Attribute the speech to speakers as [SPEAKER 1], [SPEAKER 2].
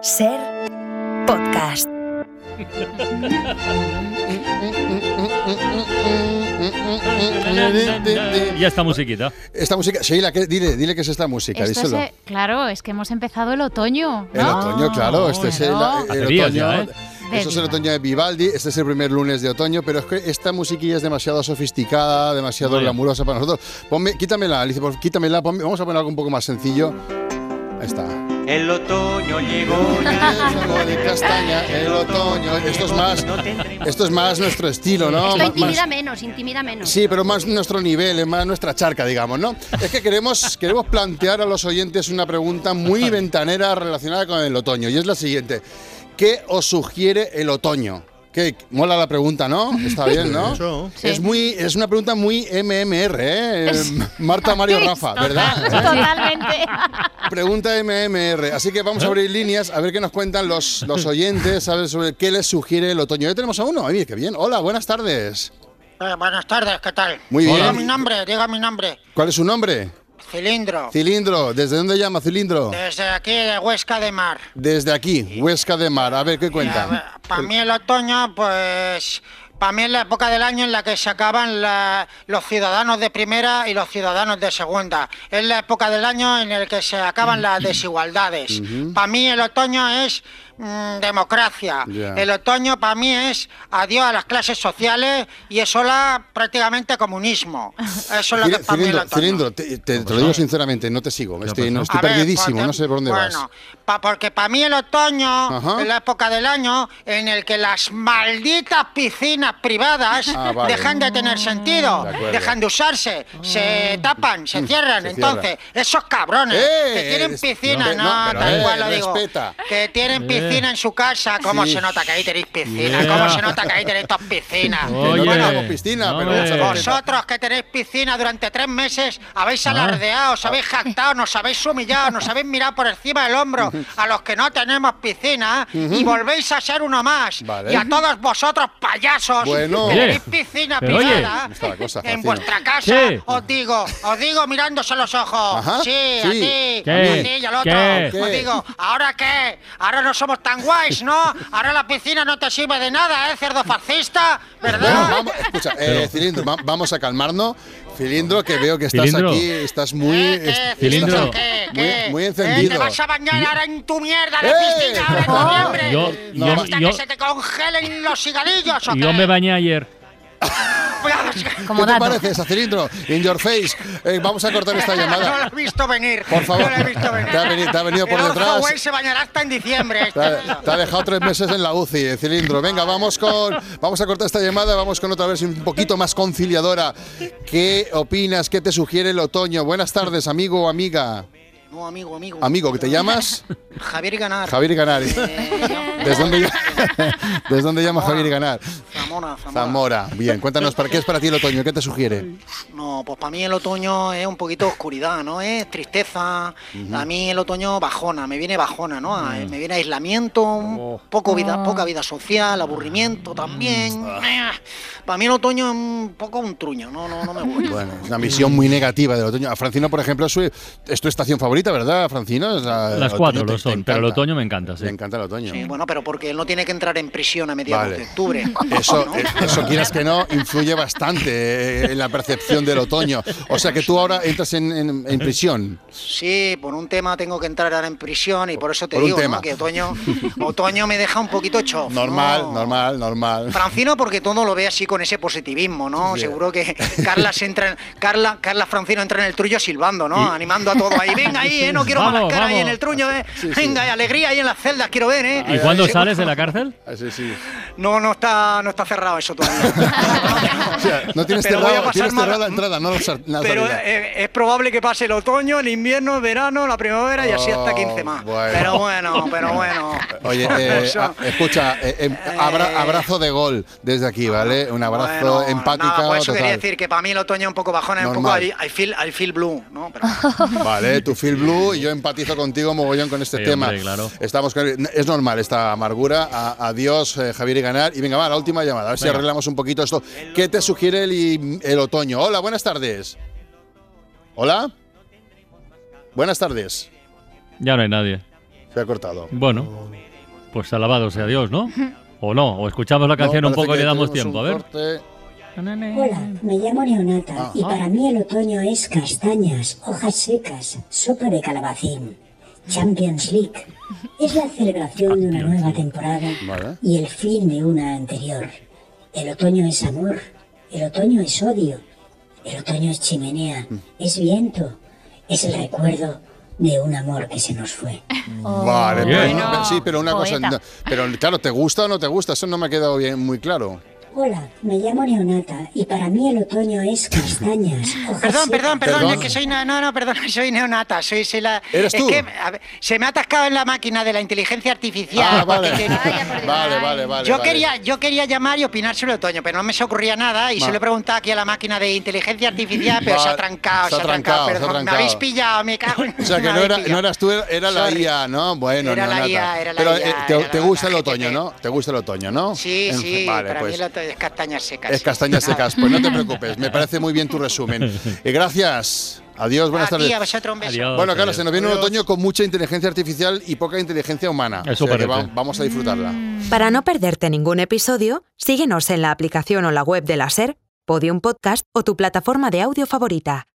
[SPEAKER 1] Ser podcast.
[SPEAKER 2] Ya está musiquita.
[SPEAKER 3] Esta música, Sheila, ¿qué- dile, dile que es esta música,
[SPEAKER 4] Esto es,
[SPEAKER 3] díselo.
[SPEAKER 4] eh, claro, es que hemos empezado el otoño.
[SPEAKER 3] El
[SPEAKER 4] ¿no?
[SPEAKER 3] otoño, claro, este es el,
[SPEAKER 4] Claro.
[SPEAKER 3] el
[SPEAKER 2] Hace
[SPEAKER 3] otoño.
[SPEAKER 2] días ya, ¿eh?
[SPEAKER 3] Esto es el
[SPEAKER 4] Vivaldi.
[SPEAKER 3] otoño de Vivaldi, este es el primer lunes de otoño, pero es que esta musiquilla es demasiado sofisticada, demasiado
[SPEAKER 2] Vale.
[SPEAKER 3] glamurosa para nosotros. Ponme, quítamela, Alicia, por- quítamela, ponme- vamos a poner algo un poco más sencillo. Ahí está.
[SPEAKER 5] El otoño llegó.
[SPEAKER 3] de castaña, el otoño. Esto es más, esto es más nuestro estilo, ¿no?
[SPEAKER 6] Esto
[SPEAKER 3] Más- más-
[SPEAKER 6] intimida menos, intimida menos.
[SPEAKER 3] Sí, pero más nuestro nivel, es más nuestra charca, digamos, ¿no? Es que queremos, queremos plantear a los oyentes una pregunta muy ventanera relacionada con el otoño, y es la siguiente. ¿Qué os sugiere el otoño? Que mola la pregunta, ¿no? Está bien, ¿no?
[SPEAKER 4] Sí.
[SPEAKER 3] Es, muy, es una pregunta muy MMR, ¿eh?
[SPEAKER 4] Es-
[SPEAKER 3] Marta, Mario, Rafa, ¿verdad?
[SPEAKER 4] Totalmente.
[SPEAKER 3] Pregunta MMR. Así que vamos a abrir líneas a ver qué nos cuentan los, los oyentes, a ver sobre qué les sugiere el otoño. Ya tenemos a uno. Ay, qué bien. Hola, buenas tardes.
[SPEAKER 7] Eh, buenas tardes, ¿qué tal?
[SPEAKER 3] Muy
[SPEAKER 7] Diga
[SPEAKER 3] bien.
[SPEAKER 7] mi nombre, diga mi nombre.
[SPEAKER 3] ¿Cuál es su nombre?
[SPEAKER 7] Cilindro.
[SPEAKER 3] Cilindro, ¿desde dónde llama Cilindro?
[SPEAKER 7] Desde aquí de Huesca de Mar.
[SPEAKER 3] Desde aquí, Huesca de Mar. A ver, ¿qué cuenta?
[SPEAKER 7] Para mí el otoño, pues... Para mí es la época del año en la que se acaban la- los ciudadanos de primera y los ciudadanos de segunda. Es la época del año en el que se acaban las desigualdades. Para mí el otoño es mm, democracia.
[SPEAKER 3] Ya.
[SPEAKER 7] El otoño para mí es adiós a las clases sociales y es hola prácticamente comunismo. Eso es lo que
[SPEAKER 3] Cili-
[SPEAKER 7] para mí el
[SPEAKER 3] Cilindro, Cilindro,
[SPEAKER 7] otoño.
[SPEAKER 3] te, te- te lo digo sinceramente, Pues no te sigo. Estoy, no, estoy
[SPEAKER 7] A ver,
[SPEAKER 3] perdidísimo,
[SPEAKER 7] porque-
[SPEAKER 3] no sé por dónde vas.
[SPEAKER 7] Bueno, pa- porque para mí el otoño
[SPEAKER 3] Ajá.
[SPEAKER 7] es la época del año en el que las malditas piscinas privadas
[SPEAKER 3] Ah, vale.
[SPEAKER 7] dejan de tener sentido,
[SPEAKER 3] De acuerdo. Mm.
[SPEAKER 7] dejan de usarse, se tapan, se
[SPEAKER 3] se
[SPEAKER 7] cierran.
[SPEAKER 3] cierran.
[SPEAKER 7] Entonces, esos cabrones
[SPEAKER 3] Eh,
[SPEAKER 7] que tienen
[SPEAKER 3] es-
[SPEAKER 7] piscina,
[SPEAKER 3] no,
[SPEAKER 7] no,
[SPEAKER 3] pero,
[SPEAKER 7] tal
[SPEAKER 3] eh,
[SPEAKER 7] cual lo digo,
[SPEAKER 3] respeta.
[SPEAKER 7] que tienen piscina en su casa, ¿cómo
[SPEAKER 3] Sí.
[SPEAKER 7] se nota que ahí tenéis piscina?
[SPEAKER 2] Yeah.
[SPEAKER 7] ¿Cómo se nota que ahí tenéis dos piscinas?
[SPEAKER 3] Que
[SPEAKER 2] Oye.
[SPEAKER 3] no tenemos piscina, pero
[SPEAKER 2] Hombre.
[SPEAKER 3] vamos a ver.
[SPEAKER 7] Vosotros que tenéis piscina durante tres meses, habéis
[SPEAKER 3] Ah.
[SPEAKER 7] alardeado, os habéis jactado, nos habéis humillado, nos habéis mirado por encima del hombro a los que no tenemos piscina y volvéis a ser uno más.
[SPEAKER 3] Vale.
[SPEAKER 7] Y a todos vosotros, payasos,
[SPEAKER 3] Bueno.
[SPEAKER 7] que tenéis
[SPEAKER 2] Oye,
[SPEAKER 7] piscina
[SPEAKER 2] pero oye.
[SPEAKER 7] privada
[SPEAKER 3] Está la cosa fácil.
[SPEAKER 7] en vuestra casa,
[SPEAKER 2] ¿Qué?
[SPEAKER 7] os digo, os digo mirándose los ojos.
[SPEAKER 3] Ajá,
[SPEAKER 7] Sí,
[SPEAKER 3] sí.
[SPEAKER 7] a ti,
[SPEAKER 2] ¿Qué?
[SPEAKER 7] a ti y al otro.
[SPEAKER 2] ¿Qué?
[SPEAKER 7] Os
[SPEAKER 3] ¿Qué?
[SPEAKER 7] digo, ¿ahora qué? Ahora no somos tan guays, ¿no? Ahora la piscina no te sirve de nada, ¿eh, cerdo fascista?
[SPEAKER 3] Bueno,
[SPEAKER 7] ¿Verdad?
[SPEAKER 3] vamos, escucha, eh, Cilindro, va- vamos a calmarnos. Cilindro, que veo que estás
[SPEAKER 2] Cilindro.
[SPEAKER 3] aquí, estás muy,
[SPEAKER 7] ¿Eh? ¿Qué?
[SPEAKER 3] est-
[SPEAKER 2] Cilindro.
[SPEAKER 3] estás
[SPEAKER 7] ¿Qué?
[SPEAKER 3] muy,
[SPEAKER 7] ¿Qué?
[SPEAKER 3] muy
[SPEAKER 7] ¿Eh?
[SPEAKER 3] encendido.
[SPEAKER 7] ¿Te vas a bañar ahora en tu mierda de
[SPEAKER 3] ¡Eh! Ah,
[SPEAKER 7] piscina ahora en noviembre?
[SPEAKER 2] Yo-
[SPEAKER 3] yo-
[SPEAKER 7] ¿Hasta
[SPEAKER 2] yo-
[SPEAKER 7] que se te congelen los cigarrillos o qué? Pues
[SPEAKER 2] Yo me bañé ayer.
[SPEAKER 3] ¿Qué
[SPEAKER 1] Como
[SPEAKER 3] te
[SPEAKER 1] dato.
[SPEAKER 3] pareces a Cilindro? In your face. Eh, vamos a cortar esta
[SPEAKER 7] No lo
[SPEAKER 3] llamada.
[SPEAKER 7] he visto venir.
[SPEAKER 3] Por favor.
[SPEAKER 7] No lo he visto venir.
[SPEAKER 3] Te ha veni- te ha venido por
[SPEAKER 7] El
[SPEAKER 3] detrás.
[SPEAKER 7] Orzo Güell se bañará hasta en diciembre.
[SPEAKER 3] Te
[SPEAKER 7] este
[SPEAKER 3] ha,
[SPEAKER 7] tío.
[SPEAKER 3] te ha dejado tres meses en la UCI, eh, cilindro. Venga, vamos con, vamos a cortar esta llamada, vamos con otra versión un poquito más conciliadora. ¿Qué opinas? ¿Qué te sugiere el otoño? Buenas tardes, amigo o amiga.
[SPEAKER 7] No, amigo, amigo.
[SPEAKER 3] Amigo, ¿que te llamas?
[SPEAKER 7] Javier Ganar. Eh,
[SPEAKER 3] Javier Canari. ¿Desde dónde, ll- ¿Desde dónde llama Javier Ganar?
[SPEAKER 7] Zamora, Zamora.
[SPEAKER 3] Zamora. Bien, cuéntanos, ¿para qué es para ti el otoño? ¿Qué te sugiere?
[SPEAKER 7] No, pues para mí el otoño es un poquito oscuridad, ¿no? Es tristeza. A mí el otoño bajona, me viene bajona, ¿no? A-
[SPEAKER 3] Mm.
[SPEAKER 7] Me viene aislamiento, un
[SPEAKER 3] Oh.
[SPEAKER 7] poco vida, poca vida social,
[SPEAKER 3] Mm.
[SPEAKER 7] aburrimiento también. Para mí el otoño es un poco un truño, no, no, no me gusta.
[SPEAKER 3] Bueno, es una visión muy negativa del otoño. A Francino, por ejemplo, es, su- es tu estación favorita, ¿verdad, Francino? Es la- el
[SPEAKER 2] Las
[SPEAKER 3] otoño
[SPEAKER 2] cuatro
[SPEAKER 3] te-
[SPEAKER 2] lo
[SPEAKER 3] te
[SPEAKER 2] son, pero el
[SPEAKER 3] encanta.
[SPEAKER 2] otoño me encanta, sí.
[SPEAKER 3] Me encanta el otoño.
[SPEAKER 7] Sí, bueno, pero porque él no tiene que entrar en prisión a mediados
[SPEAKER 3] Vale.
[SPEAKER 7] de octubre.
[SPEAKER 3] Eso,
[SPEAKER 7] ¿no?
[SPEAKER 3] eh, eso quieras que no, influye bastante eh, en la percepción del otoño. O sea que tú ahora entras en, en- en prisión.
[SPEAKER 7] Sí, por un tema tengo que entrar ahora en prisión y por eso te
[SPEAKER 3] Por un
[SPEAKER 7] digo ¿no?
[SPEAKER 3] tema.
[SPEAKER 7] que otoño, otoño me deja un poquito chof. ¿no?
[SPEAKER 3] Normal, normal, normal.
[SPEAKER 7] Francino porque todo lo ve así con ese positivismo, ¿no?
[SPEAKER 3] Sí.
[SPEAKER 7] Seguro que Carla se entra en- Carla, Carla Francino entra en el truño silbando, ¿no? Animando a todo ahí. Venga ahí, eh, no quiero
[SPEAKER 2] Vamos,
[SPEAKER 7] malas caras ahí
[SPEAKER 2] vamos.
[SPEAKER 7] en el truño, eh. Venga, y alegría ahí en las celdas, quiero ver, eh.
[SPEAKER 2] ¿Y cuándo sales de la cárcel?
[SPEAKER 3] Sí, sí.
[SPEAKER 7] No, no está, no está cerrado eso todavía.
[SPEAKER 3] O sea, no tienes
[SPEAKER 7] Pero voy a
[SPEAKER 3] cerrado,
[SPEAKER 7] pasar
[SPEAKER 3] tienes
[SPEAKER 7] mal-
[SPEAKER 3] cerrado la entrada, no la sal- la
[SPEAKER 7] Pero
[SPEAKER 3] salida.
[SPEAKER 7] eh, es, probable que pase el otoño, el invierno, el verano, la primavera y así hasta 15 más.
[SPEAKER 3] Oh, Bueno.
[SPEAKER 7] Pero bueno, pero bueno.
[SPEAKER 3] Oye, eh,
[SPEAKER 7] Eso.
[SPEAKER 3] a- escucha, eh, em, abra-
[SPEAKER 7] Eh.
[SPEAKER 3] abrazo de gol desde aquí, ¿vale? Un abrazo
[SPEAKER 7] Bueno,
[SPEAKER 3] empático.
[SPEAKER 7] nada, pues eso quería
[SPEAKER 3] total.
[SPEAKER 7] decir que para mí el otoño es un poco bajón, es un poco
[SPEAKER 3] Normal.
[SPEAKER 7] I, I feel, I feel blue, ¿no? Pero-
[SPEAKER 3] Vale, tu Phil Blue y yo empatizo contigo mogollón con este
[SPEAKER 2] Sí,
[SPEAKER 3] tema.
[SPEAKER 2] hombre, claro.
[SPEAKER 3] Estamos con- es normal esta amargura. A- adiós, eh, Javier y Ganar. Y venga, va, la última llamada. A ver si
[SPEAKER 2] Venga.
[SPEAKER 3] arreglamos un poquito esto. ¿Qué te sugiere el, el otoño? Hola, buenas tardes. Hola. Buenas tardes.
[SPEAKER 2] Ya no hay nadie.
[SPEAKER 3] Se ha cortado.
[SPEAKER 2] Bueno, pues alabado sea Dios, ¿no? O no, o escuchamos la canción
[SPEAKER 3] No,
[SPEAKER 2] un
[SPEAKER 3] parece
[SPEAKER 2] poco y
[SPEAKER 3] que
[SPEAKER 2] le damos
[SPEAKER 3] tenemos
[SPEAKER 2] tiempo, a
[SPEAKER 3] un
[SPEAKER 2] ver.
[SPEAKER 3] corte.
[SPEAKER 6] Hola, me llamo Neonata
[SPEAKER 3] Ah.
[SPEAKER 6] y para mí el otoño es castañas, hojas secas, sopa de calabacín, Champions League. Es la celebración de una nueva temporada
[SPEAKER 3] Vale.
[SPEAKER 6] y el fin de una anterior. El otoño es amor, el otoño es odio, el otoño es chimenea, es viento, es el recuerdo de un amor que se nos fue.
[SPEAKER 3] Vale, pero,
[SPEAKER 2] Bien.
[SPEAKER 3] no- sí, pero una cosa.
[SPEAKER 4] Poeta.
[SPEAKER 3] no- pero claro, ¿te gusta o no te gusta? Eso no me ha quedado bien muy claro.
[SPEAKER 6] Hola, me llamo Neonata y para mí el otoño es castañas, hojas secas.
[SPEAKER 7] Perdón, perdón, perdón,
[SPEAKER 3] Perdón.
[SPEAKER 7] es que soy no, no, no, perdón, soy neonata, soy, soy la
[SPEAKER 3] ¿Eres
[SPEAKER 7] es
[SPEAKER 3] tú?
[SPEAKER 7] que a ver, se me ha atascado en la máquina de la inteligencia artificial.
[SPEAKER 3] Ah,
[SPEAKER 7] porque
[SPEAKER 3] vale.
[SPEAKER 7] que-
[SPEAKER 4] Vaya, por Dios.
[SPEAKER 3] Vale, vale, vale.
[SPEAKER 7] yo
[SPEAKER 3] vale.
[SPEAKER 7] quería, yo quería llamar y opinar sobre otoño, pero no me se ocurría nada y
[SPEAKER 3] Va.
[SPEAKER 7] se lo he preguntado aquí a la máquina de inteligencia artificial, pero se
[SPEAKER 3] Va,
[SPEAKER 7] ha trancado,
[SPEAKER 3] se
[SPEAKER 7] se
[SPEAKER 3] ha
[SPEAKER 7] ha
[SPEAKER 3] trancado,
[SPEAKER 7] trancado,
[SPEAKER 3] se ha
[SPEAKER 7] perdón, me
[SPEAKER 3] trancado.
[SPEAKER 7] habéis pillado, me cago en
[SPEAKER 3] O sea, que
[SPEAKER 7] me
[SPEAKER 3] no, era,
[SPEAKER 7] habéis pillado.
[SPEAKER 3] no eras tú, era la
[SPEAKER 7] Sorry.
[SPEAKER 3] IA, ¿no? Bueno,
[SPEAKER 7] Era
[SPEAKER 3] no,
[SPEAKER 7] la
[SPEAKER 3] nada.
[SPEAKER 7] IA, era la
[SPEAKER 3] Pero
[SPEAKER 7] IA,
[SPEAKER 3] eh, te,
[SPEAKER 7] era
[SPEAKER 3] te
[SPEAKER 7] la
[SPEAKER 3] gusta el
[SPEAKER 7] GPT.
[SPEAKER 3] otoño, ¿no? ¿Te gusta el otoño, no?
[SPEAKER 7] Sí,
[SPEAKER 3] En-
[SPEAKER 7] sí,
[SPEAKER 3] vale,
[SPEAKER 7] para
[SPEAKER 3] pues.
[SPEAKER 7] mí el otoño es castañas secas.
[SPEAKER 3] Es
[SPEAKER 7] sí.
[SPEAKER 3] castañas
[SPEAKER 7] Nada.
[SPEAKER 3] secas, pues no te preocupes, me parece muy bien tu resumen. Eh, gracias, adiós, buenas
[SPEAKER 7] a ti,
[SPEAKER 3] tardes.
[SPEAKER 7] a vosotros un beso.
[SPEAKER 2] Adiós.
[SPEAKER 3] Bueno, claro,
[SPEAKER 2] Adiós.
[SPEAKER 3] se nos viene un otoño con mucha inteligencia artificial y poca inteligencia humana.
[SPEAKER 2] Eso
[SPEAKER 3] o sea que
[SPEAKER 2] parece.
[SPEAKER 3] va- vamos a disfrutarla.
[SPEAKER 4] Mm.
[SPEAKER 1] Para no perderte ningún episodio, síguenos en la aplicación o la web de la SER, Podium Podcast o tu plataforma de audio favorita.